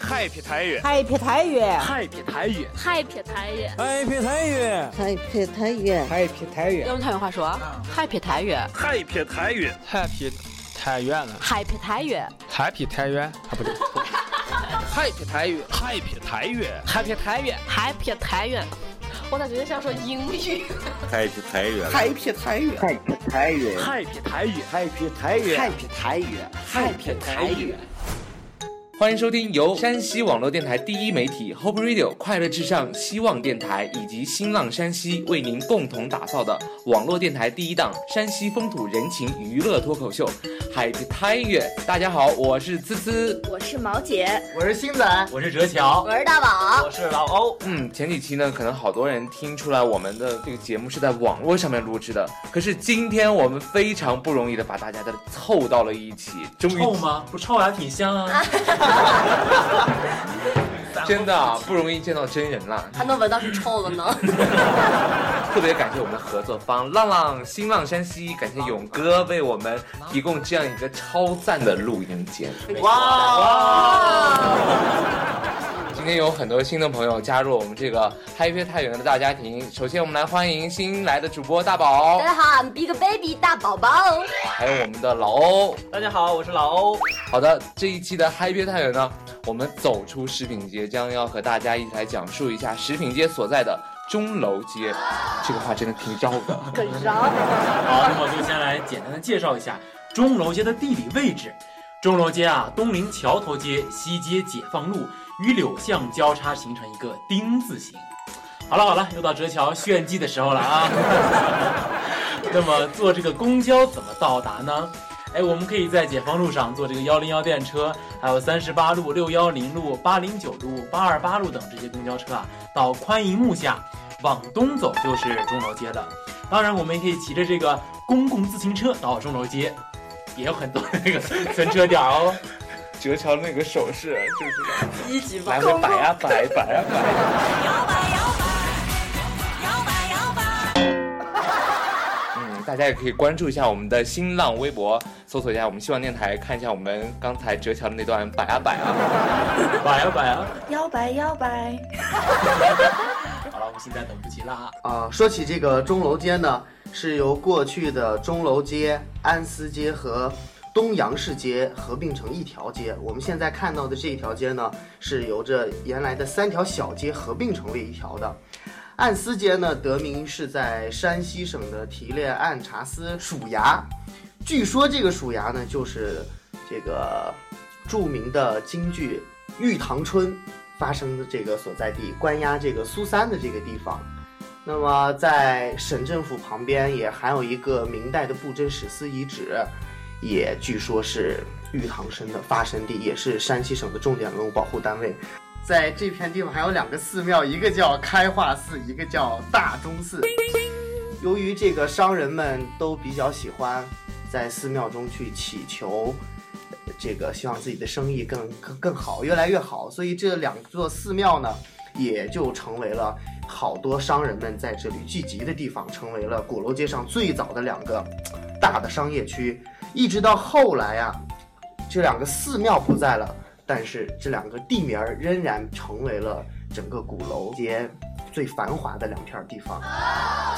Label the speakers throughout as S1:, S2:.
S1: Happy 台语
S2: ，Happy 台语
S1: ，Happy 台语
S3: ，Happy 台语
S4: ，Happy 台语
S5: ，Happy 台语
S6: ，Happy 台语。
S2: 用台湾话说，Happy 台语
S1: ，Happy 台语
S6: ，Happy 台语了
S2: ，Happy 台语
S6: ，Happy 台语，啊不对
S1: ，Happy 台语，Happy 台语
S6: ，Happy 台语
S3: ，Happy 台语。我咋觉得像说英语
S7: ？Happy 台语
S5: ，Happy 台语
S7: ，Happy 台语
S1: ，Happy 台语
S7: ，Happy 台语
S5: ，Happy 台语
S7: ，Happy 台语。
S8: 欢迎收听由山西网络电台第一媒体 Hope Radio 快乐至上希望电台以及新浪山西为您共同打造的网络电台第一档山西风土人情娱乐脱口秀《Happy 太月》。大家好，我是滋滋，
S3: 我是毛姐，
S9: 我是星仔，
S10: 我是哲乔，
S3: 我是大宝，
S11: 我是老欧。
S8: 嗯，前几期呢，可能好多人听出来我们的这个节目是在网络上面录制的，可是今天我们非常不容易的把大家的凑到了一起，终于
S10: 臭吗？不臭还挺香啊。
S8: 真的、啊、不容易见到真人了，
S3: 还能闻到是臭的呢。
S8: 特别感谢我们的合作方浪浪新浪山西，感谢勇哥为我们提供这样一个超赞的录音间。哇！
S3: 哦
S8: 哇今天有很多新的朋友加入我们这个嗨皮太原的大家庭。首先，我们来欢迎新来的主播大宝。
S3: 大家好，I'm Big Baby 大宝宝。
S8: 还有我们的老欧。
S12: 大家好，我是老欧。
S8: 好的，这一期的嗨皮太原呢，我们走出食品街，将要和大家一起来讲述一下食品街所在的钟楼街。这个话真的挺绕的。
S3: 很绕。
S10: 好，那我就先来简单的介绍一下钟楼街的地理位置。钟楼街啊，东临桥头街，西接解放路，与柳巷交叉，形成一个丁字形。好了好了，又到折桥炫技的时候了啊！ 那么坐这个公交怎么到达呢？哎，我们可以在解放路上坐这个幺零幺电车，还有三十八路、六幺零路、八零九路、八二八路等这些公交车啊，到宽银幕下，往东走就是钟楼街的。当然，我们也可以骑着这个公共自行车到钟楼街。也有很多 那个 存车点哦，
S8: 折桥那个手势就是
S3: 一级
S8: 来回摆呀摆，摆呀摆，
S3: 摇摆摇摆，摇摆摇摆。
S8: 嗯，大家也可以关注一下我们的新浪微博，搜索一下我们希望电台，看一下我们刚才折桥的那段摆呀摆啊，
S10: 摆呀摆啊，
S3: 摇摆摇摆。
S10: 好了，我们现在等不及了啊！
S9: 啊，说起这个钟楼街呢。是由过去的钟楼街、安思街和东阳市街合并成一条街。我们现在看到的这一条街呢，是由这原来的三条小街合并成为一条的。安思街呢，得名是在山西省的提炼按察司署衙，据说这个署衙呢，就是这个著名的京剧《玉堂春》发生的这个所在地，关押这个苏三的这个地方。那么，在省政府旁边也还有一个明代的布政使司遗址，也据说是玉堂生的发生地，也是山西省的重点文物保护单位。在这片地方还有两个寺庙，一个叫开化寺，一个叫大钟寺。由于这个商人们都比较喜欢在寺庙中去祈求，这个希望自己的生意更更更好，越来越好，所以这两座寺庙呢，也就成为了。好多商人们在这里聚集的地方，成为了鼓楼街上最早的两个大的商业区。一直到后来啊，这两个寺庙不在了，但是这两个地名仍然成为了整个鼓楼街最繁华的两片地方。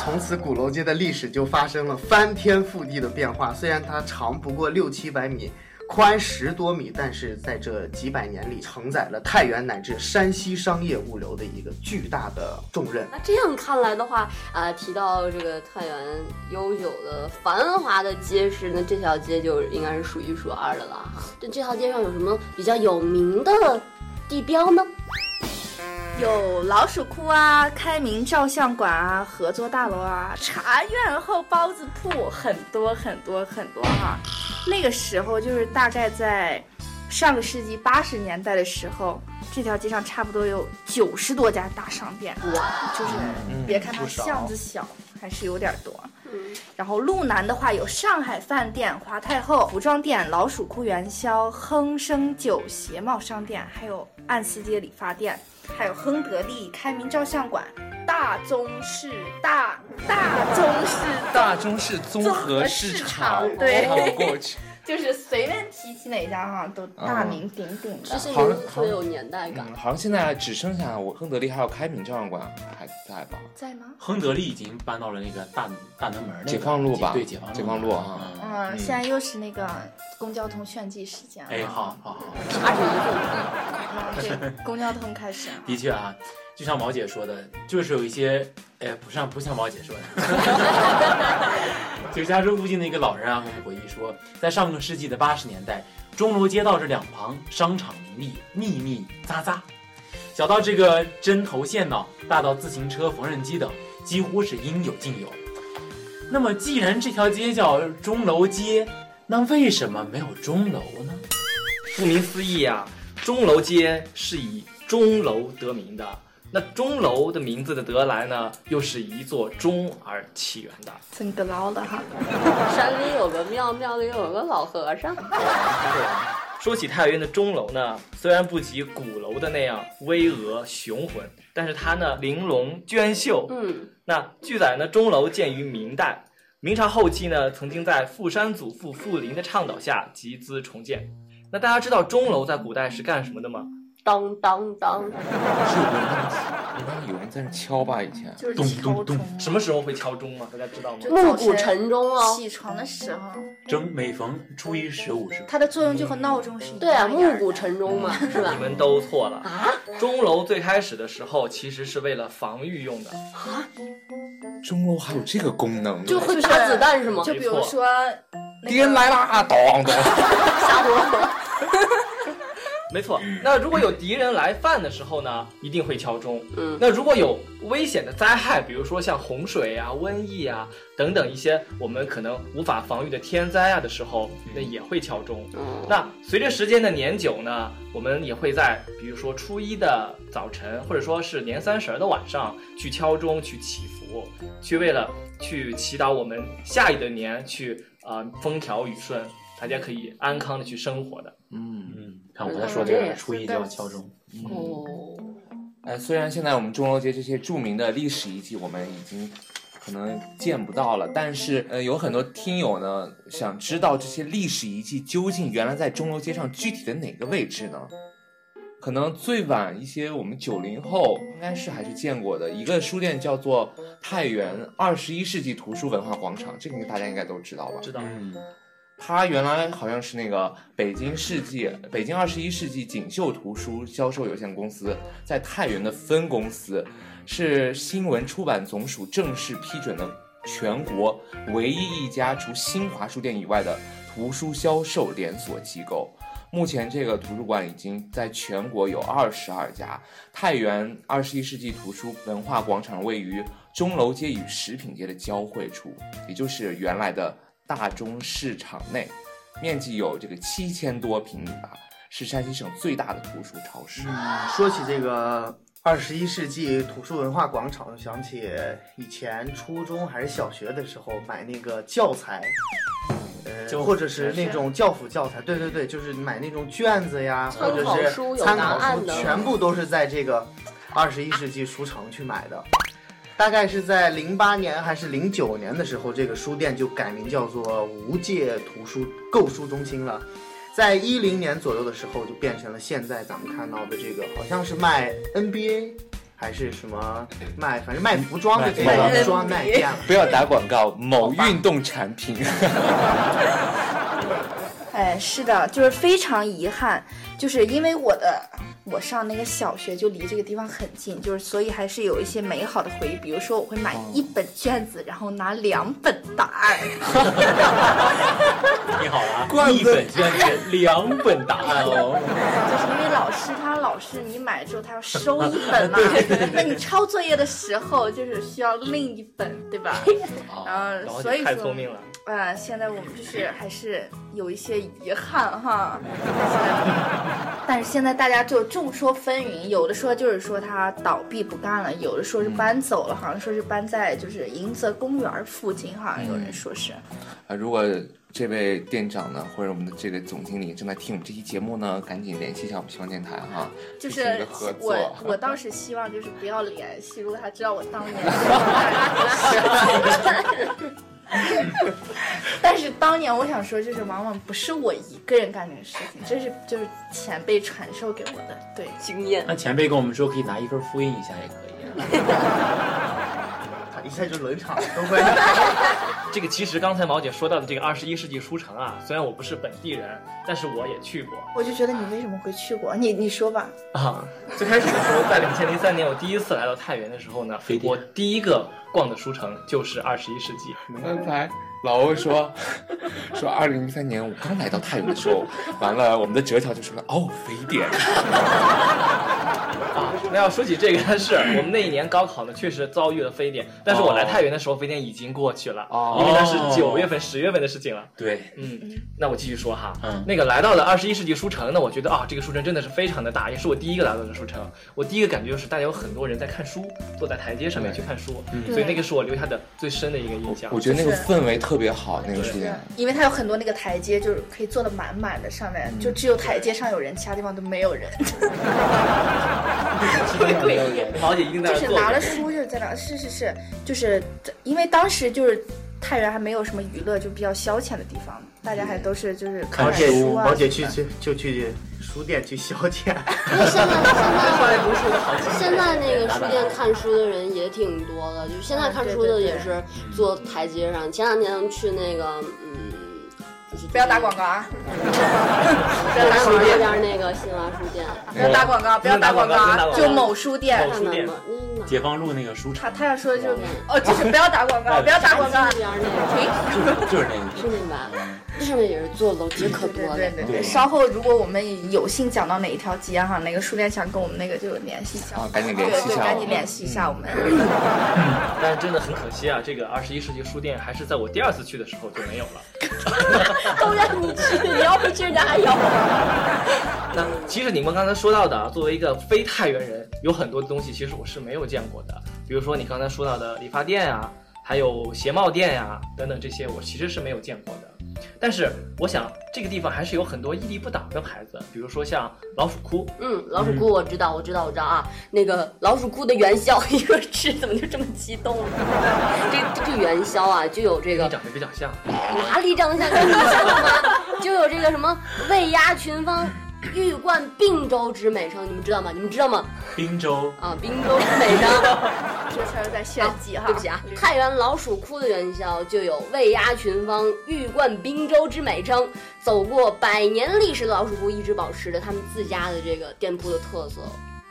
S9: 从此，鼓楼街的历史就发生了翻天覆地的变化。虽然它长不过六七百米。宽十多米，但是在这几百年里，承载了太原乃至山西商业物流的一个巨大的重任。
S3: 那这样看来的话，啊、呃，提到这个太原悠久的繁华的街市，那这条街就应该是数一数二的了哈。这这条街上有什么比较有名的地标呢？
S13: 有老鼠窟啊、开明照相馆啊、合作大楼啊、茶院后包子铺，很多很多很多哈、啊。那个时候就是大概在上个世纪八十年代的时候，这条街上差不多有九十多家大商店，哇！就是别看它巷子小，还是有点多。然后路南的话有上海饭店、华太后服装店、老鼠窟元宵、亨生酒鞋帽商店，还有暗司街理发店，还有亨得利、开明照相馆、大宗市大大宗市
S8: 大宗市综合市场，
S13: 对，
S8: 过去。
S13: 就是随便提起哪家哈都
S4: 哦
S13: 大名鼎鼎的。
S8: 好像好像
S3: 年代
S8: 嗯，好像现在只剩下我亨德利还有开明照相馆还在吧？
S13: 在吗？
S10: 亨德利已经搬到了那个大大南门那个
S8: 解放路吧
S10: 对，解放
S8: 解放路啊
S13: 嗯，现在又是那个公交通炫技时间了。
S10: 哎，好好好，
S13: 啊，对，公交通开 始。
S10: 的确啊，就像毛姐说的，就是有一些，哎，不像不像毛姐说的， 九家洲附近的一个老人啊，跟我们回忆说，在上个世纪的八十年代，钟楼街道这两旁商场林立，密密匝匝，小到这个针头线脑，大到自行车、缝纫机等，几乎是应有尽有。那么，既然这条街叫钟楼街，那为什么没有钟楼呢？
S4: 顾名思义啊，钟楼街是以钟楼得名的。那钟楼的名字的得来呢，又是一座钟而起源的。
S13: 真个老了哈。
S8: 嗯
S3: 山里有个庙，庙里有个老和尚。
S4: 说起太原的钟楼呢，虽然不及鼓楼的那样巍峨雄浑，但是它呢玲珑娟秀。
S3: 嗯，
S4: 那据载呢，钟楼建于明代，明朝后期呢，曾经在富山祖父傅林的倡导下集资重建。那大家知道钟楼在古代是干什么的吗？
S3: 当当当，
S13: 嗯
S8: 一般有人在那敲吧，以前
S13: 就是
S4: 咚咚。什么时候会敲钟吗？大家知道吗？
S3: 钟啊
S13: 哦。起床的时候，
S10: 整每逢初一十五是
S13: 它的作用就和闹钟是一样。嗯
S3: 对啊，暮鼓晨钟嘛，是吧
S4: 你？们都错了。钟楼最开始的时候其实是为了防御用的。
S8: 钟楼还有这个功能呢，
S13: 是
S3: 打子弹是吗
S13: 就比如说，
S8: 敌人来啦，咚咚。
S4: 没错，那如果有敌人来犯的时候呢，一定会敲钟。
S3: 嗯，
S4: 那如果有危险的灾害，比如说像洪水啊、瘟疫啊等等一些我们可能无法防御的天灾啊的时候，那也会敲钟。
S3: 嗯
S4: 那随着时间的年久呢，我们也会在比如说初一的早晨，或者说是年三十儿的晚上去敲钟、去祈福，去为了去祈祷我们下一个年去呃风调雨顺，大家可以安康的去生活的。
S8: 嗯嗯，
S4: 看
S10: 我在说这个初一就要敲钟。
S3: 哦，
S8: 哎，虽然现在我们钟楼街这些著名的历史遗迹我们已经可能见不到了，但是呃，有很多听友呢想知道这些历史遗迹究竟原来在钟楼街上具体的哪个位置呢？可能最晚一些，我们九零后应该是还是见过的一个书店，叫做太原二十一世纪图书文化广场，这个大家应该都知道吧？知
S4: 道。
S8: 嗯，它原来好像是那个北京世纪、北京二十一世纪锦绣图书销售有限公司在太原的分公司，是新闻出版总署正式批准的全国唯一一家除新华书店以外的图书销售连锁机构。目前这个图书馆已经在全国有二十二家。太原二十一世纪图书文化广场位于钟楼街与食品街的交汇处，也就是原来的大钟市场内，面积有这个七千多平米吧，是山西省最大的图书超
S9: 嗯
S8: 市。
S9: 说起这个二十一世纪图书文化广场，我想起以前初中还是小学的时候买那个教材，呃，
S10: 教辅
S9: 或者是那种教辅教材，对对对，就是买那种卷子呀，或
S3: 参
S9: 者
S3: 考
S9: 是
S3: 书有
S9: 参
S3: 答
S9: 考
S3: 案
S9: 书，
S3: 的
S9: 全部都是在这个二十一世纪书城去买的。大概是在零八年还是零九年的时候，这个书店就改名叫做无界图书购书中心了。在一零年左右的时候，就变成了现在咱们看到的这个，好像是卖 NBA 还是什么卖，反正卖服装的这
S8: 卖
S9: 个
S8: 服
S9: 专
S8: 装
S9: 卖店了。
S8: 不要打广告，某运动产品。
S13: 哎，是的，就是非常遗憾，就是因为我的我上那个小学就离这个地方很近，就是所以还是有一些美好的回忆。比如说，我会买一本卷子，然后拿两本答案。
S10: 你好啊，一本卷子，两本答案 哦。
S13: 就是因为老师他老是你买之后他要收一本嘛，那你抄作业的时候就是需要另一本，对吧？哦然后所以
S4: 太
S13: 说
S4: 聪明了。
S13: 嗯，现在我们就是还是有一些遗憾哈， 但是现在大家就众说纷纭，有的说就是说它倒闭不干了，有的说是搬走了，好像说是搬在就是迎泽公园附近，好像有人说是。
S8: 啊，如果这位店长呢，或者我们的这个总经理正在听我们这期节目呢，赶紧联系一下我们希望电台哈，
S13: 就
S8: 进行一
S13: 是
S8: 个合作。
S13: 我，我倒是希望就是不要联系，如果他知道我当年是 但是当年我想说，就是往往不是我一个人干这个事情，这是就是前辈传授给我的，对
S3: 经验
S10: 那前辈跟我们说可以拿一份复印一下也可以。啊
S9: 一下就冷场了，都会。
S4: 这个其实刚才毛姐说到的这个二十一世纪书城啊，虽然我不是本地人，但是我也去过。
S13: 我就觉得你为什么会去过？你你说吧。
S4: 啊， 最开始的时候，在两千零三年我第一次来到太原的时候呢，我第一个逛的书城就是二十一世纪。
S8: 刚才老欧说 说，二零零三年我刚来到太原的时 候，完了我们的哲条就说了哦，非典。
S4: 啊那要说起这个事儿，我们那一年高考呢，确实遭遇了非典，但是我来太原的时候，非典已经过去了，因为那是九月份、十月份的事情了。
S8: 对，
S4: 嗯，那我继续说哈，
S8: 嗯
S4: 那个来到了二十一世纪书城呢，我觉得啊，这个书城真的是非常的大，也是我第一个来到的书城。我第一个感觉就是大家有很多人在看书，坐在台阶上面去看书，
S8: 嗯
S4: 所以那个是我留下的最深的一个印象。
S8: 我觉得那个
S13: 是
S8: 氛围特别好，那个书店。
S13: 嗯 因为它有很多那个台阶，就是可以坐的满满的，上面
S8: 嗯
S13: 就只有台阶上有人，其他地方都没有人。
S4: 毛姐一定在
S13: 就
S4: 那
S13: 是
S4: 坐着
S13: 拿了书就是在那，是是是，就是因为当时就是太原还没有什么娱乐，就比较消遣的地方，大家还都是就是
S9: 毛
S13: 看
S9: 姐
S13: 书，啊。
S9: 毛姐去去就去书店去消遣。
S3: 哎 现在那个书店看书的人也挺多的，就是现在看书的也是
S13: 嗯
S3: 坐台阶上。前两天去那个，嗯，就是
S13: 不要打广告啊！不要打
S3: 南
S13: 广
S3: 门
S13: 告
S3: 那边那个新华书店，
S13: 不要打广告，不要打广告啊！就某书店，
S3: 看嗯到吗？
S10: 解放路那个书
S13: 他
S10: 场，
S13: 他要说的就是哦，就是不要打广 告，不要打广告。
S3: 哎
S13: 嗯
S10: 就是就是那个。
S3: 是那吧？那上面也是坐楼梯可多了。
S13: 嗯对对对，稍后如果我们有幸讲到哪一条街哈，哪个书店想跟我们那个就联系一下，
S8: 赶紧联系一下
S13: 对对，
S8: 我
S13: 赶紧联系一下我们。
S4: 但真的很可惜啊，这个二十一世纪书店还是在我第二次去的时候就没有了。
S3: 都让你去，你要不去哪有？
S4: 那其实你们刚才说到的，啊，作为一个非太原人，有很多东西其实我是没有见过的，比如说你刚才说到的理发店啊，还有鞋帽店呀、等等这些，我其实是没有见过的。但是我想，这个地方还是有很多屹立不倒的牌子，比如说像老鼠窟，
S3: 嗯，老鼠窟我知道，我知道，我知道啊。那个老鼠窟的元宵， 一会儿吃，怎么就这么激动了？这这个元宵啊，就有这个
S4: 长得比较像。
S3: 哪里长相跟你像吗？就有这个什么味压群芳，玉冠并州之美声，你们知道吗？你们知道吗？
S10: 滨州
S3: 啊，滨州之美声。
S13: 这词儿在炫技哈
S3: 对不起啊，太原老鼠窟的元宵就有味压群芳，玉冠滨州之美称。走过百年历史的老鼠窟，一直保持着他们自家的这个店铺的特色。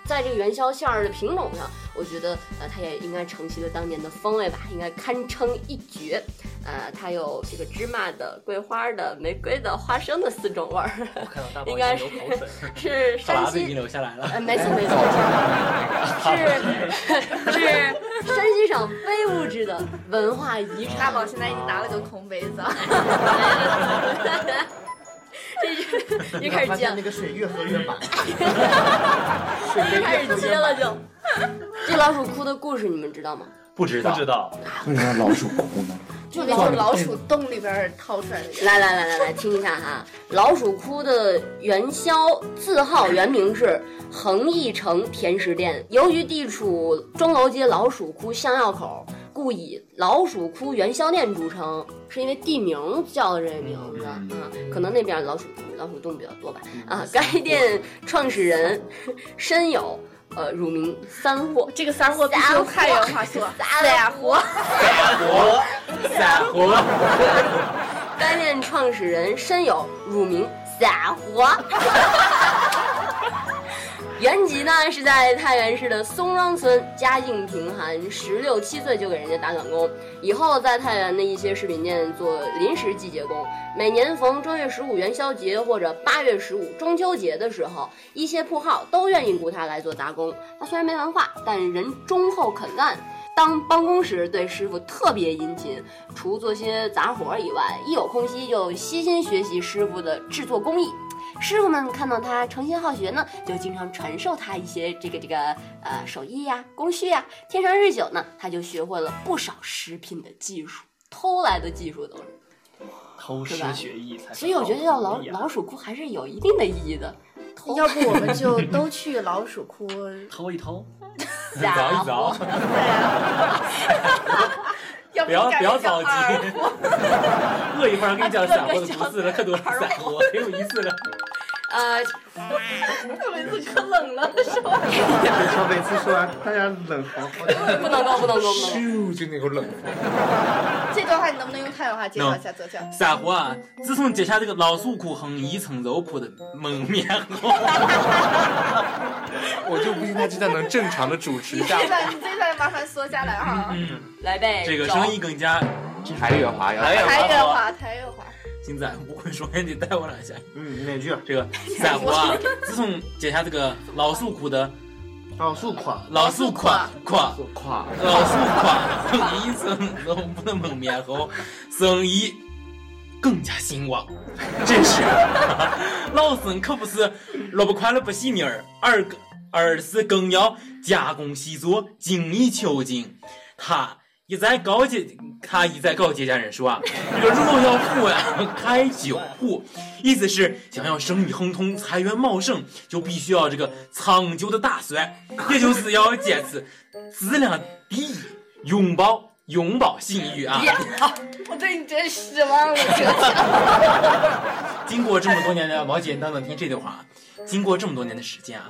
S3: 在这个元宵馅儿的品种上，我觉得呃，它也应该承袭了当年的风味吧，应该堪称一绝。呃，它有这个芝麻的、桂花的、玫瑰的、花生的四种味儿。我
S4: 看到大
S3: 应该是是山
S10: 粑粑已经
S3: 西，
S10: 流下来了。
S3: 呃，没错没错，是是山西省非物质的文化遗产。
S13: 大宝现在已经拿了个空杯子啊。
S3: 这是一开始接了
S9: 那，个水越喝越满。
S3: 一开始接了就。这老鼠窟的故事你们知道吗？
S10: 不知道，
S4: 不知道，
S8: 为什么老鼠哭呢？
S13: 就那种老鼠洞里边儿掏出来的。
S3: 嗯来来来来来，听一下哈，老鼠窟的元宵字号原名是恒益城甜食店，由于地处钟楼街老鼠窟巷药口，故以老鼠窟元宵店著称，是因为地名叫的这个名字啊，可能那边老鼠老鼠洞比较多吧啊。该店创始人身有呃乳名三货，
S13: 这个三货必须用太原话说，三货。
S10: 散活，
S3: 该店创始人身有乳名撒活。原籍呢是在太原市的松庄村，家境贫寒，十六七岁就给人家打短工，以后在太原的一些食品店做临时季节工。每年逢正月十五元宵节或者八月十五中秋节的时候，一些铺号都愿意雇他来做打工。他虽然没文化，但人忠厚肯干。当帮工时，对师傅特别殷勤，除做些杂活儿以外，一有空隙就悉心学习师傅的制作工艺。师傅们看到他诚心好学呢，就经常传授他一些这个这个呃手艺呀、工序呀。天长日久呢，他就学会了不少食品的技术，偷来的技术都是。
S4: 偷师
S3: 是吧
S4: 学艺
S13: 哎
S4: 才是
S3: 所以我觉得叫老
S4: 艺啊
S3: 老鼠窟还是有一定的意义的。偷
S13: 要不我们就都去老鼠 窟。
S4: 偷一偷，
S3: 家
S10: 凿一凿
S3: 伙，
S13: 对啊。要
S10: 不要
S13: 不
S10: 不要着急， 饿一会儿我跟你讲
S13: 饿个
S10: 闪过的
S13: 小
S10: 不是了，可多闪过，可有意 思了。
S3: 呃， 特别次可冷了，是吧？
S9: 说每次说完，大家冷红，
S3: 不能动，不能动，
S10: 咻，就那股冷风。
S13: 这段话你能不能用太原话介绍一下左脚？
S10: 散伙啊！自从接下这个老鼠苦哼一层肉铺的焖面 后，
S8: 我就不信他这段能正常的主持
S13: 你 这段你这段麻烦缩下来哈。
S3: 来呗
S10: 这个声音更加
S8: 台语话
S1: 哎
S8: 要
S13: 台原话，台原话。
S10: 现在不会说，你带我来一下。
S9: 嗯，哪句？
S10: 这个散伙啊！自从接下这个老鼠苦的
S9: 老鼠垮，
S10: 老鼠垮垮
S9: 垮
S10: 老鼠垮 哼一层肉铺的焖面后，生意更加兴旺。真是， 老孙可不是萝卜快乐不洗泥儿，二个而是更要加工细作，精益求精。他一再告诫，他一再告诫家人说啊，这个入要富啊，开酒铺，意思是想要生意亨通、财源茂盛，就必须要这个长久的打算，也就是要坚持质量第一，拥抱拥抱信誉啊。
S13: 呀，我对你真失望了， 左脚。
S10: 经过这么多年的毛姐，等等听这句话啊，经过这么多年的时间啊，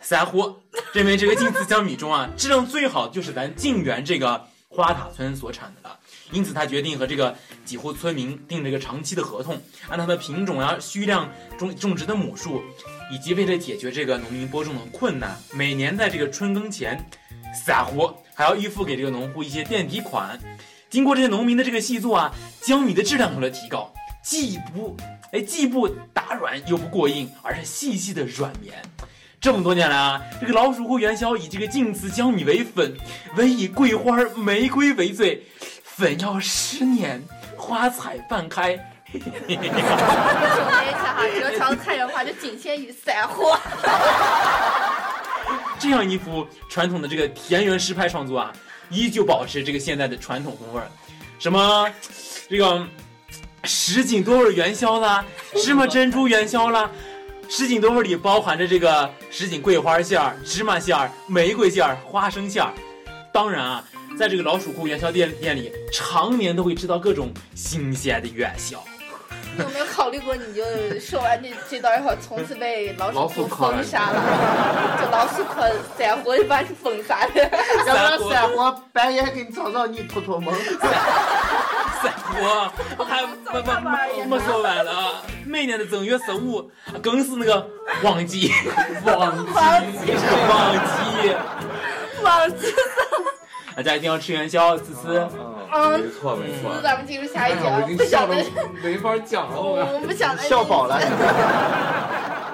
S10: 三虎认为这个金丝江米中啊， 质量最好就是咱晋源这个花塔村所产的了。因此，他决定和这个几户村民订了一个长期的合同，按他们品种啊、需量、种种植的亩数，以及为了解决这个农民播种的困难，每年在这个春耕前，撒胡还要预付给这个农户一些垫底款。经过这些农民的这个细作啊，江米的质量有了提高，既不哎既不打软又不过硬，而是细细的软绵。这么多年来啊，这个老鼠户元宵以这个晋祠江米为粉，唯以桂花玫瑰为最，粉要十年，花采半开。
S13: 总结一下哈，折桥太原话就仅限于散货。
S10: 这样一幅传统的这个田园诗派创作啊，依旧保持这个现代的传统风味儿。什么这个什锦多味元宵啦，芝麻珍珠元宵啦，什锦多味里包含着这个什锦桂花馅儿、芝麻馅儿、玫瑰馅儿、花生馅儿。当然啊，在这个老鼠库元宵店店里，常年都会吃到各种新鲜的元宵。
S13: 你有没有考虑过，你就说完这这段以后，从此被老鼠封杀了？就老鼠捆散货就把你封杀了，
S9: 要不然散伙半夜给你吵吵，你托托梦。
S10: 我还没没没没说完了，每年的正月十五更是那个旺季，旺季，旺季，
S13: 忘记
S10: 大家一定要吃元宵，思思。
S13: 嗯，
S10: 错没错
S13: 咱们进入下一节
S10: 哎
S13: 啊，
S10: 呀我已经
S13: 不
S10: 笑
S13: 想再
S10: 得
S8: 没法讲 了，
S13: 我们不想再
S8: 笑饱了。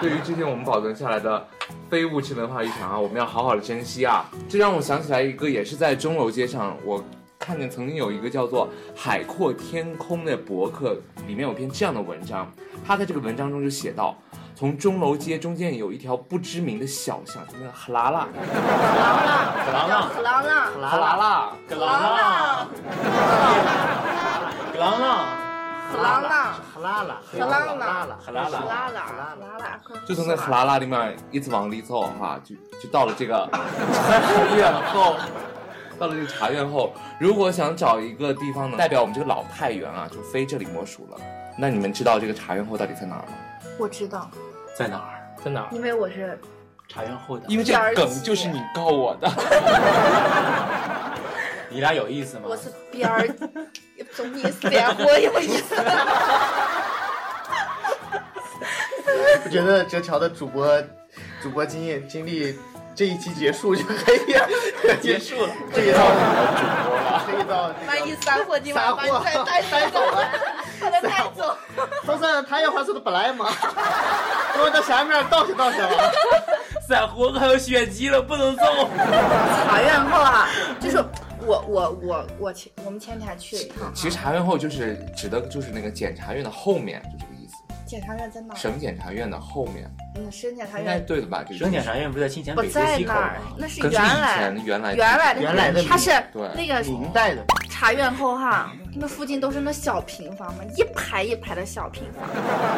S8: 对于之前我们保存下来的非物质文化遗产啊，我们要好好的珍惜啊！这让我想起来一个，也是在钟楼街上，我看见曾经有一个叫做“海阔天空”的博客，里面有篇这样的文章，他在这个文章中就写到。从钟楼街中间有一条不知名的小巷，就那个哈拉拉，
S13: 克朗朗，克朗朗，
S8: 哈拉拉，
S10: 克克
S13: 朗朗，
S10: 朗朗，
S13: 克朗朗，
S9: 哈拉拉，
S13: 克
S8: 哈拉拉
S13: 朗朗，克朗朗，克朗朗，
S8: 就从那哈拉拉里面一直往里走哈，就就到了这个茶院后，到了这个茶院后，如果想找一个地方呢，代表我们这个老太原啊，就非这里莫属了。那你们知道这个茶院后到底在哪儿吗？
S13: 我知道，
S10: 在哪儿？在哪儿？
S13: 因为我是
S10: 茶园后的，
S8: 因为这个梗就是你告我的。
S10: 你俩有意思吗
S13: 我？是边儿，总比散货有意思。
S9: 我觉得哲桥的主播主播经验经历这一期结束就可以结束了，这也到主播了，这也到
S13: 万一散货今晚把你带带带走了，把他带走。
S9: 都算他要话说的本来 嘛，我们到下面倒饬倒饬了。
S10: 散伙还有血迹了，不能走。
S13: 法院后啊，就是我我我我前我们前天还去了一趟啊，
S8: 其实茶院后就是指的就是那个检察院的后面，就这个意思。
S13: 检察院在哪儿？
S8: 省检察院的后面，
S13: 嗯，省检察
S8: 应该
S13: 院
S8: 对的吧？这个
S10: 省检察院不是在清前
S13: 不
S10: 北街
S13: 在
S10: 西口
S13: 那儿
S10: 吗？，
S13: 那是
S8: 可
S13: 原
S8: 是以
S13: 来
S8: 前原来
S13: 原来
S8: 的
S13: 它是
S8: 对
S13: 那个
S9: 明代的
S13: 茶院后哈，那附近都是那小平房嘛，一排一排的小平房，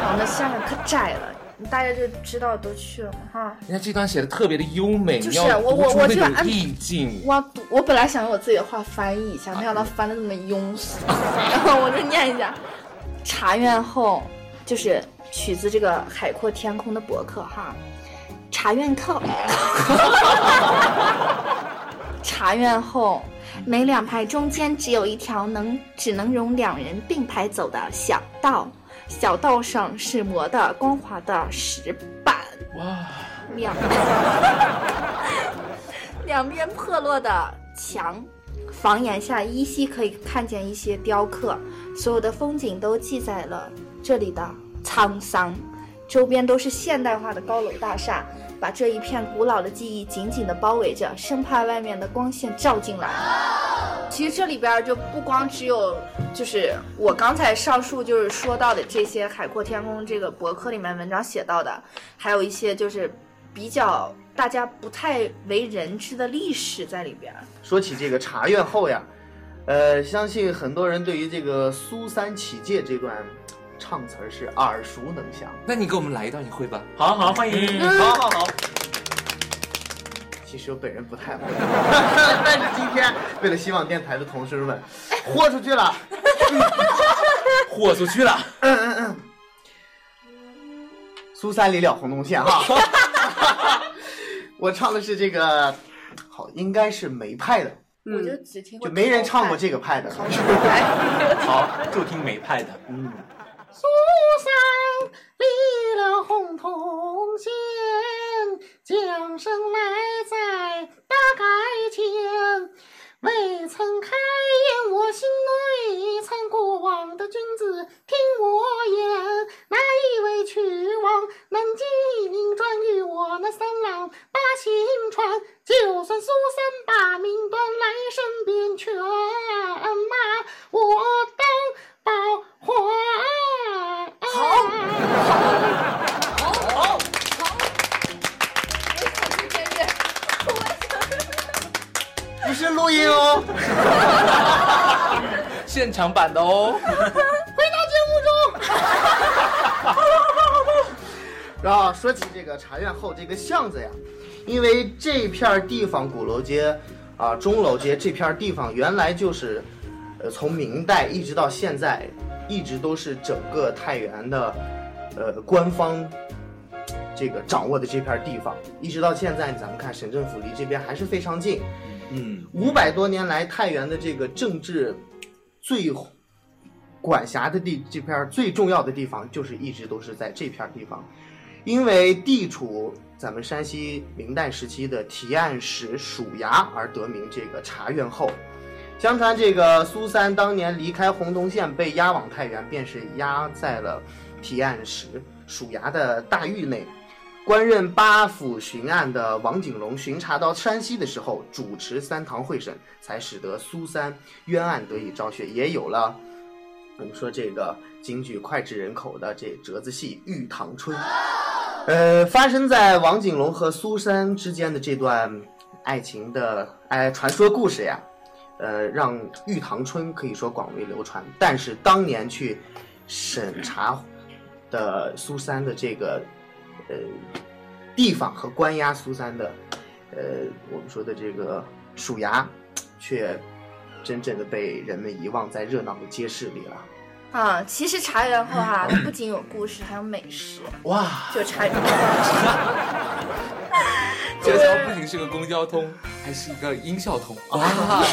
S13: 然后那下面可窄了。大家就知道都去了嘛哈。
S8: 人家这段写的特别的优美，
S13: 就是啊
S8: 你要
S13: 我
S8: 读
S13: 我
S8: 出
S13: 我
S8: 那
S13: 就按
S8: 种意境。
S13: 我我本来想用我自己的话翻译一下，没想到翻的那么庸俗， 然后我就念一下：茶院后，就是取自这个海阔天空的博客哈，茶院 靠，茶院后，每两排中间只有一条能只能容两人并排走的小道，小道上是磨的光滑的石板，
S8: 哇，
S13: 两。两边破落的墙，房檐下依稀可以看见一些雕刻，所有的风景都记载了这里的沧桑。周边都是现代化的高楼大厦，把这一片古老的记忆紧紧地包围着，生怕外面的光线照进来。其实这里边儿就不光只有，就是我刚才上述就是说到的这些《海阔天空》这个博客里面文章写到的，还有一些就是比较大家不太为人知的历史在里边儿。
S9: 说起这个茶院后呀，呃，相信很多人对于这个苏三起解这段唱词儿是耳熟能详。
S8: 那你给我们来一段，你会吧？
S9: 好好欢迎嗯好好好。其实我本人不太会，但是今天为了希望电台的同事们，豁出去了，
S4: 豁出去了。
S9: 嗯嗯嗯。苏三离了红洞县哈， 我唱的是这个，好应该是梅派的，
S3: 嗯
S13: 我就只听过，
S9: 就没人唱过这个派的。
S13: 哎
S10: 好，就听梅派的。嗯，
S11: 苏三离了洪洞县，将生来在大改前。未曾开言，我心内曾过往的君子，听我言。哪一位去往能尽专与我那三郎把心传？就算苏三把命断，来生便全骂我当保环。
S9: 不是录音哦，
S8: 现场版的哦。
S11: 回到节目中。
S9: 然后说起这个茶院后这个巷子呀，因为这片儿地方鼓楼街啊、钟楼街这片儿地方原来就是，呃，从明代一直到现在，一直都是整个太原的，呃，官方这个掌握的这片儿地方，一直到现在，咱们看省政府离这边还是非常近。
S8: 嗯，
S9: 五百多年来，太原的这个政治最管辖的地这片儿最重要的地方，就是一直都是在这片儿地方，因为地处咱们山西明代时期的提按使署衙而得名这个茶院后。相传这个苏三当年离开洪洞县被押往太原，便是押在了提按使署衙的大狱内。官任八府巡按的王景龙巡查到山西的时候，主持三堂会审，才使得苏三冤案得以昭雪，也有了我嗯们说这个京剧脍炙人口的这折子戏《玉堂春》。呃，发生在王景龙和苏三之间的这段爱情的哎传说故事呀，呃，让《玉堂春》可以说广为流传。但是当年去审查的苏三的这个呃地方和关押苏三的呃我们说的这个署衙，却真正的被人们遗忘在热闹的街市里了。
S13: 啊，其实茶园后哈、 不仅有故事，还有美食。
S9: 哇，
S13: 就茶园，
S8: 这个时候不仅是个公交通，还是一个音效通。啊哇，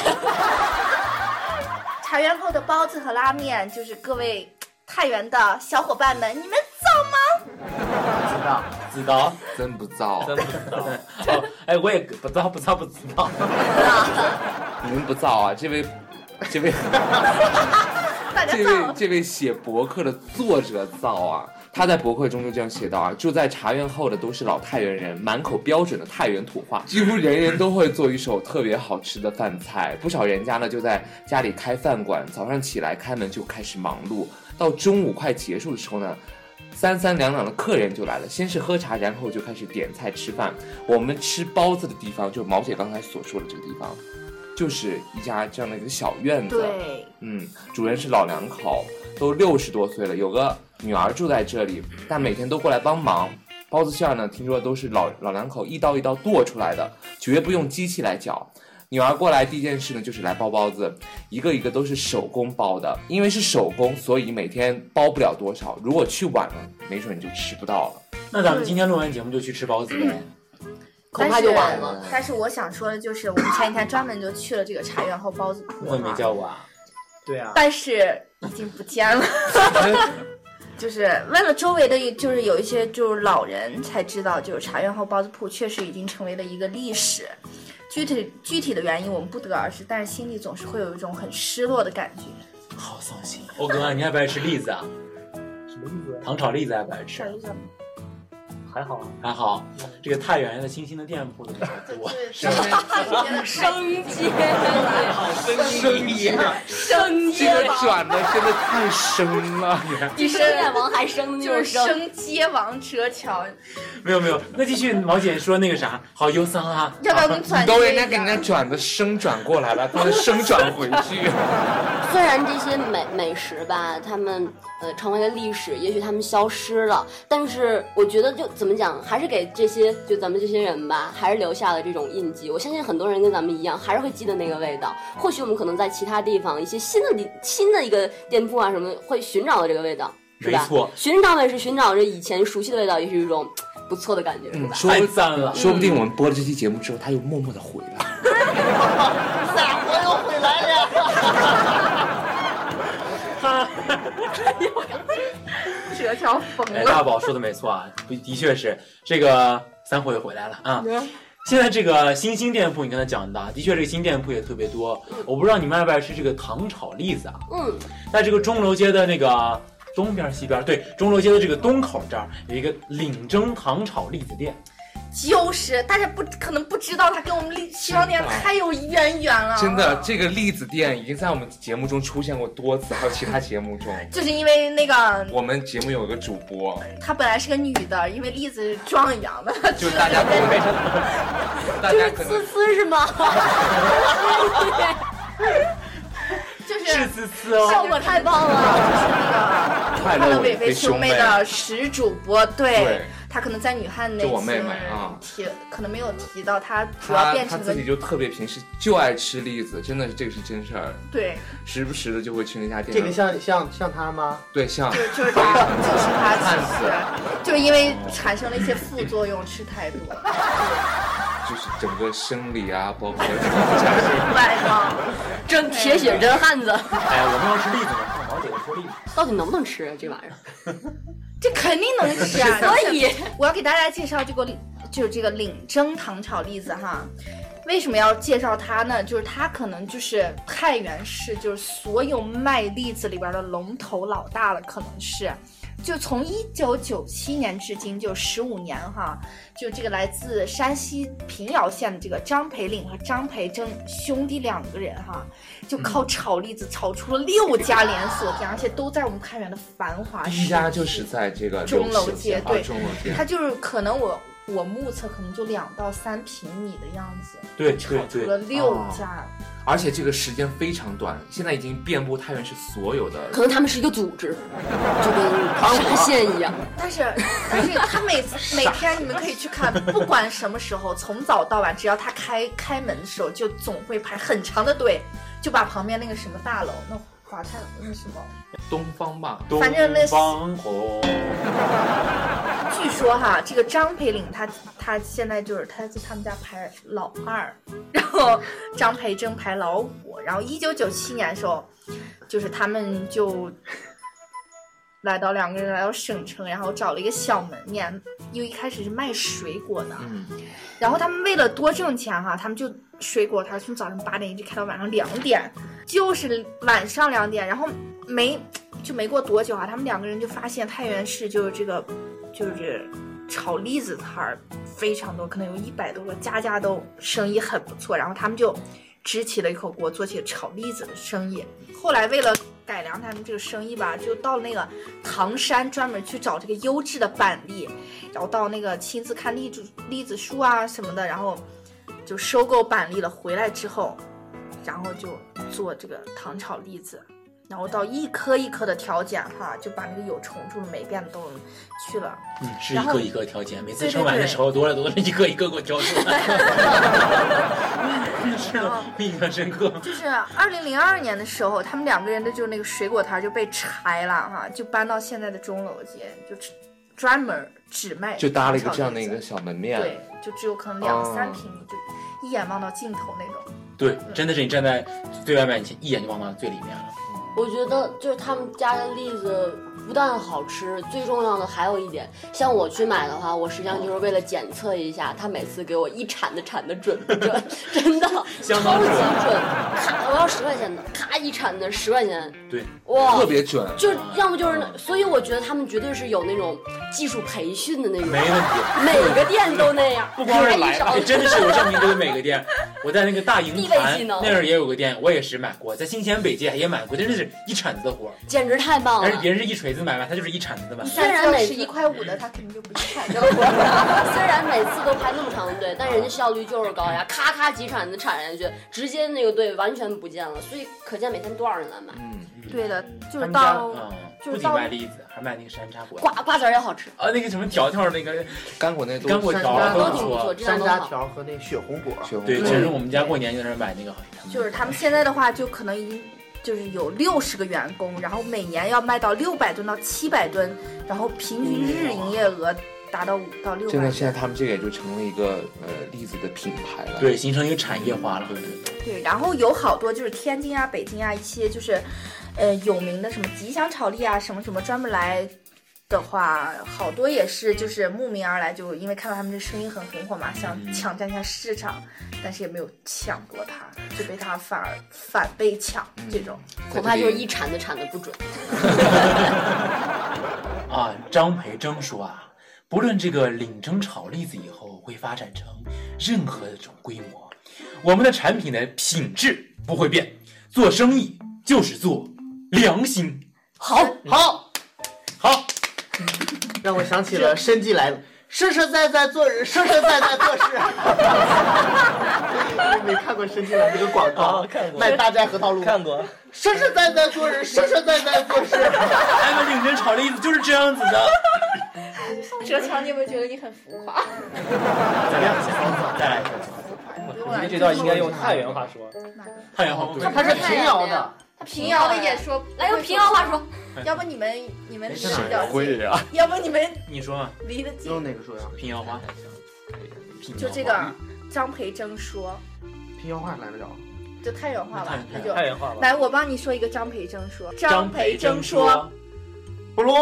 S13: 茶园后的包子和拉面，就是各位太原的小伙伴们，你们造吗？
S9: 知道，
S8: 知道，真不造，啊
S4: 真不 造。
S8: 哦，哎，我也不造，不造，不知道。你们不造啊？这位，这位，
S13: 大
S8: 这位，这位写博客的作者造啊。他在博客中就这样写道啊，住在茶园后的都是老太原人，满口标准的太原土话，几乎人人都会做一手特别好吃的饭菜。不少人家呢就在家里开饭馆，早上起来开门就开始忙碌，到中午快结束的时候呢，三三两两的客人就来了，先是喝茶，然后就开始点菜吃饭。我们吃包子的地方，就毛姐刚才所说的这个地方，就是一家这样的一个小院子。
S13: 对，
S8: 嗯，主人是老两口，都六十多岁了，有个女儿住在这里，但每天都过来帮忙。包子馅儿呢，听说都是老老两口一刀一刀剁出来的，绝不用机器来搅。女儿过来第一件事呢，就是来包包子，一个一个都是手工包的，因为是手工，所以每天包不了多少。如果去晚了，没准你就吃不到了。
S10: 那咱们今天录完节目就去吃包子呗。恐
S13: 但
S10: 怕就是晚了
S13: 但是我想说的就是，我们前几天专门就去了这个茶园后包子铺
S10: 我也没
S13: 哈
S10: 叫我啊。对啊
S13: 但是已经不见了。 就是为了周围的，就是有一些就是老人才知道，就是茶园后包子铺确实已经成为了一个历史。具体具体的原因我们不得而知，但是心里总是会有一种很失落的感觉。
S10: 好伤心。欧哥，你爱不爱吃栗子啊？
S4: 什么意思？
S10: 糖炒栗子爱不爱吃？
S13: 小姨子，
S4: 还好啊。
S10: 还好，这个太原的新兴的店铺的比较 多。
S11: 生
S13: 煎，
S11: 好
S8: 生煎，
S11: 生
S8: 这个转的真的太深 了，
S13: 就是
S3: 生眼王还生那
S13: 就
S3: 种
S13: 是
S3: 生
S13: 生街王折桥，
S10: 没有没有，那继续毛姐说那个啥，好忧伤啊。
S13: 要不要跟
S8: 你都人家给人家转的生转过来了，他的生转回去。
S3: 虽然这些美美食吧，他们呃成为了历史，也许他们消失了，但是我觉得就怎么讲，还是给这些就咱们这些人吧，还是留下了这种印记。我相信很多人跟咱们一样，还是会记得那个味道。或许我们可能在其他地方一些新的地新的一个店铺啊什么，会寻找到这个味道，是吧？
S10: 没错
S3: 寻找也是寻找着以前熟悉的味道，也是一种不错的感觉，是吧？
S8: 嗯说
S10: 太赞了
S8: 说不定我们播了这期节目之后，他又默默的回来。
S11: 咋我又回来了？
S13: 折桥疯
S10: 哎，大宝说的没错啊，的的确是这个三火又回来了啊。
S13: 嗯
S10: 现在这个新兴店铺，你刚才讲的，的确这个新店铺也特别多。
S13: 嗯
S10: 我不知道你们爱不爱吃这个糖炒栗子啊？
S3: 嗯，
S10: 在这个钟楼街的那个东边儿西边儿，对，钟楼街的这个东口这儿有一个领蒸糖炒栗子店。
S13: 就是大家不可能不知道，它跟我们离西装店太有渊源了。
S8: 真的，这个栗子店已经在我们节目中出现过多次，还有其他节目中。
S13: 就是因为那个
S8: 我们节目有个主 播，
S13: 她本来是个女的，因为栗子是壮阳的，
S8: 就是大 家都非常，大家
S10: 嗯
S8: 可能
S3: 思思是吗？
S13: 就是
S10: 是滋滋哦
S13: 效果太棒了，就是那个
S8: 快乐
S13: 伟
S8: 伟
S13: 为
S8: 为
S13: 兄
S8: 兄妹
S13: 的始主播，对
S8: 对，
S13: 她可能在女汉那
S8: 就我妹
S13: 期
S8: 妹啊
S13: 提，可能没有提到她主要
S8: 他
S13: 变
S8: 他
S13: 成个
S8: 自己就特别平时就爱吃栗子，真的是这个是真事儿，
S13: 对，
S8: 时不时的就会去那家店。
S9: 这个像像像他吗？
S8: 对像
S13: 就就 是她，就是她
S8: 汉
S13: 其实
S8: 子，
S13: 就是因为产生了一些副作用，吃太 多了，
S8: 就是整个生理啊，包 括
S13: 外伤，
S3: 真铁血真汉子，
S10: 哎，我们要吃栗子呢，看毛姐说栗子。
S3: 到底能不能吃啊？这玩意儿？
S13: 这肯定能吃 啊！
S3: 所以
S13: 我要给大家介绍这个栗，就是这个领蒸糖炒栗子哈。为什么要介绍它呢？就是它可能就是太原市就是所有卖栗子里边的龙头老大了，可能是。就从一九九七年至今，就十五年哈，就这个来自山西平遥县的这个张培岭和张培征兄弟两个人哈，就靠
S8: 嗯
S13: 炒栗子炒出了六家连锁店，而且都在我们太原的繁华
S8: 第一
S13: 市
S8: 家啊就是在这个
S13: 钟
S8: 柳
S13: 楼
S8: 石
S13: 街
S8: 啊，
S13: 对，
S8: 钟楼
S10: 嗯
S8: 街，
S13: 它就是可能我我目测可能就两到三平米的样子，
S8: 对对啊
S13: 除了六家，
S10: 哦
S8: 而且这个时间非常短，现在已经遍布太原市所有的。
S3: 可能他们是一个组织，就跟沙县一样。
S13: 但是但是它每次每天你们可以去 看，不管什么时候，从早到晚，只要它开开门的时候，就总会排很长的队，就把旁边那个什么大楼，那华泰那什么。
S8: 东方吧，
S13: 反正
S10: 东
S13: 那
S10: 方红，
S13: 据说哈，这个张培岭他他现在就是他在他们家排老二，然后张培征排老五，然后一九九七年的时候，就是他们就来到两个人来到省城，然后找了一个小门面，因为一开始是卖水果的，然后他们为了多挣钱哈，他们就水果摊从早上八点一直开到晚上两点，就是晚上两点，然后没就没过多久啊，他们两个人就发现太原市就是这个就是炒栗子摊儿非常多，可能有一百多个，家家都生意很不错，然后他们就支起了一口锅，做起了炒栗子的生意。后来为了改良他们这个生意吧，就到那个唐山专门去找这个优质的板栗，然后到那个亲自看栗子栗子树啊什么的，然后就收购板栗了。回来之后，然后就做这个糖炒栗子。然后到一颗一颗的调减哈，就把那个有重复的每遍都去了。
S10: 嗯，是一
S13: 然后
S10: 个一个挑拣，每次
S13: 对对
S10: 称完的
S13: 对
S10: 时候多了都是一个一个给我挑出 来， 是印象深刻。
S13: 就是二零零二年的时候，他们两个人的就那个水果摊就被拆了哈，就搬到现在的钟楼街，就只专门只卖
S8: 就搭了一个
S13: 炒
S8: 这样
S13: 栗
S8: 的一个小门面。
S13: 对，就只有可能两三
S8: 哦
S13: 平米，就一眼望到尽头那种。
S10: 对，真的是你站在最外面，你一眼就望到最里面了。
S3: 我觉得就是他们家的栗子不但好吃，最重要的还有一点，像我去买的话，我实际上就是为了检测一下他每次给我一铲子铲的 准不准，真的
S8: 相
S3: 超
S8: 当
S3: 级
S8: 准
S3: 准，咔，我要十块钱的，咔一铲子十块钱，
S10: 对，
S3: 哇，
S8: 特别准。
S3: 就要么就是那，所以我觉得他们绝对是有那种技术培训的那种，
S10: 没问题
S3: 每个店都那样，
S10: 不光是
S3: 咔一
S10: 来
S3: 勺
S10: 了，真的是有证明这个每个店。我在那个大营
S3: 地位
S10: 盘
S3: 技能
S10: 那儿也有个店，我也是买过，在新前北街也买过，真的是一铲子的活儿。
S3: 简直太棒
S10: 但
S3: 了
S10: 是。别人是一锤子买卖，他就是一铲子的买卖。
S13: 虽然每
S3: 次
S13: 是一块五的，他肯定就不去看这个活儿。
S3: 虽然每次都排那么长的队，但人家效率就是高呀，咔咔几铲子铲下去，直接那个队完全不见了。所以可见每天多少人来买。
S8: 嗯
S13: 对的，
S10: 他
S13: 就是
S10: 们家
S13: 到
S10: 嗯，不
S13: 就是
S10: 仅
S13: 到
S10: 卖栗子，还卖那个山楂果。
S3: 瓜瓜子儿也好吃。
S10: 啊，那个什么条条，那个
S8: 干果那
S10: 干果条
S9: 哦都
S10: 不
S9: 挺
S10: 错。
S9: 山楂条和那血红果，
S10: 对，其实
S8: 嗯
S10: 我们家过年就在那儿买那个，
S13: 就是他们现在的话，就可能已经就是有六十个员工，然后每年要卖到六百吨到七百吨，然后平
S10: 嗯
S13: 均日营业额达到五到六
S8: 真
S13: 百
S8: 的，。现在他们这个也就成了一个呃栗子的品牌了，
S10: 对，形成一个产业化了。对对对，
S13: 对，然后有好多就是天津啊、北京啊一些就是，呃，有名的什么吉祥炒栗啊，什么什么专门来。的话，好多也是就是慕名而来，就因为看到他们这声音很红火嘛，想
S10: 嗯
S13: 抢占一下市场，但是也没有抢过他，就被他反而反被抢
S10: 嗯
S13: 这种。
S3: 恐怕就是一铲子铲的不准。
S10: 啊，张培征说啊，不论这个领蒸炒栗子以后会发展成任何一种规模，我们的产品的品质不会变，做生意就是做良心。
S3: 好，好，
S10: 好，
S9: 让我想 起了生计来了，实实在在做人， 实实在在做事。啊 没看过生计来那个广告，卖大寨核桃露，看
S4: 过，
S9: 实实在在做人，实实在在做事。
S10: 哎，们领蒸炒栗子就是这样子的。
S13: 哲强，你有没有觉得你很浮夸？
S10: 再来，再来。
S4: 我觉得这段应该用太原话说。
S10: 太原话，
S9: 他是平遥的，
S13: 他平遥的也说，
S3: 来用平遥话
S13: 说，要不你们你们吃
S10: 是
S13: 掉，
S10: 会呀？
S13: 要不你们
S10: 你说啊嘛，
S13: 离得近，
S9: 用哪个说呀？
S10: 平遥话，平遥
S13: 就这
S10: 话
S13: 个张培征说，
S9: 平遥话来得了。
S13: 就太原话吧，那就
S9: 太原话吧
S13: 来，我帮你说一个张培征说，培征，
S9: 不论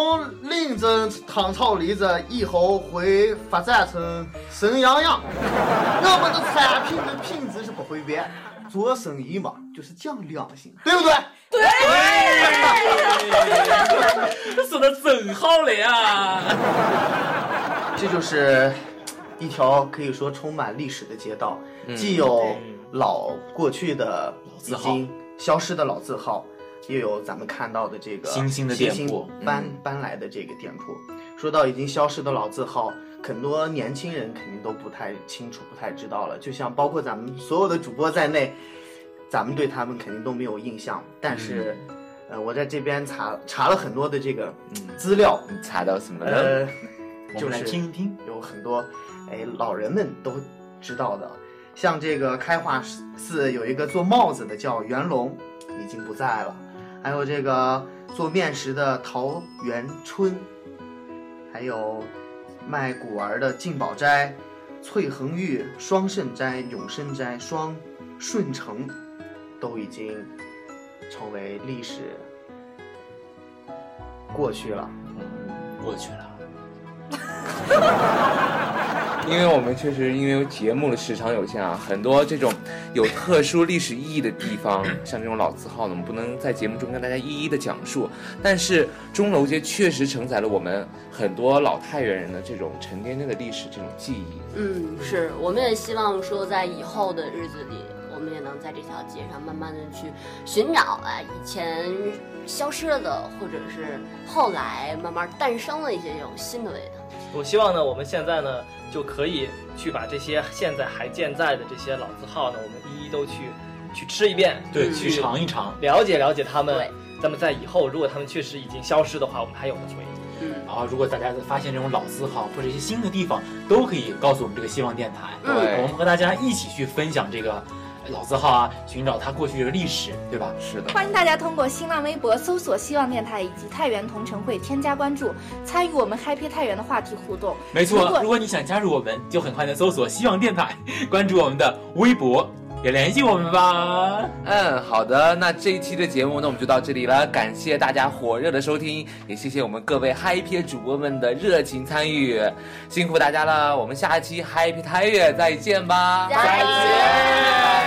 S9: 林子、糖炒栗子以后会发展成什样样， 我们的产品的品质是不会变。做生意嘛，就是讲良心，对不对？
S10: 说的真好了呀！
S9: 这就是一条可以说充满历史的街道，
S10: 嗯
S9: 既有老过去的已
S10: 字号
S9: 经消失的老字号，又有咱们看到的这个
S10: 新兴的
S9: 新
S10: 店
S9: 兴
S10: 铺
S9: 搬
S10: 嗯
S9: 搬来的这个店铺。说到已经消失的老字号，很多年轻人肯定都不太清楚、不太知道了。就像包括咱们所有的主播在内，咱们对他们肯定都没有印象。但是，
S10: 嗯
S9: 呃，我在这边查查了很多的这个资料，
S8: 查嗯到什么了呢？
S9: 呃，
S8: 我
S9: 就
S8: 们来
S9: 是
S8: 听
S10: 听
S9: 有很多哎老人们都知道的，像这个开化寺有一个做帽子的叫袁隆，已经不在了，还有这个做面食的陶元春，还有卖古玩的进宝斋、翠恒玉、双盛斋、永盛斋、双顺成，都已经成为历史过去了。
S10: 过去了。
S8: 因为我们确实因为节目的时长有限啊，很多这种有特殊历史意义的地方，像这种老字号呢，我们不能在节目中跟大家一一的讲述。但是钟楼街确实承载了我们很多老太原人的这种沉甸甸的历史这种记忆。
S3: 嗯，是，我们也希望说，在以后的日子里，我们也能在这条街上慢慢的去寻找啊，以前消失了的，或者是后来慢慢诞生了一些这种新的味道。
S4: 我希望呢，我们现在呢就可以去把这些现在还健在的这些老字号呢，我们一一都去去吃一遍，
S10: 对
S4: 去
S10: 去尝一尝，
S4: 了解了解他们，那么在以后，如果他们确实已经消失的话，我们还有的回忆。
S3: 嗯
S10: 啊，如果大家发现这种老字号或者一些新的地方，都可以告诉我们这个希望电台，
S8: 嗯
S4: 对
S10: 我们和大家一起去分享这个老字号啊，寻找它过去的历史，对吧？
S8: 是的
S13: 欢迎大家通过新浪微博搜索“希望电台”以及“太原同城会”添加关注，参与我们 Happy 太原的话题互动。
S10: 没
S13: 如
S10: 错，
S13: 果
S10: 如果你想加入我们，就很快的搜索希望电台，关注我们的微博，也联系我们吧。
S8: 嗯，好的，那这一期的节目呢，我们就到这里了，感谢大家火热的收听，也谢谢我们各位嗨皮主播们的热情参与，辛苦大家了，我们下一期嗨皮太月再见吧，
S11: 再见。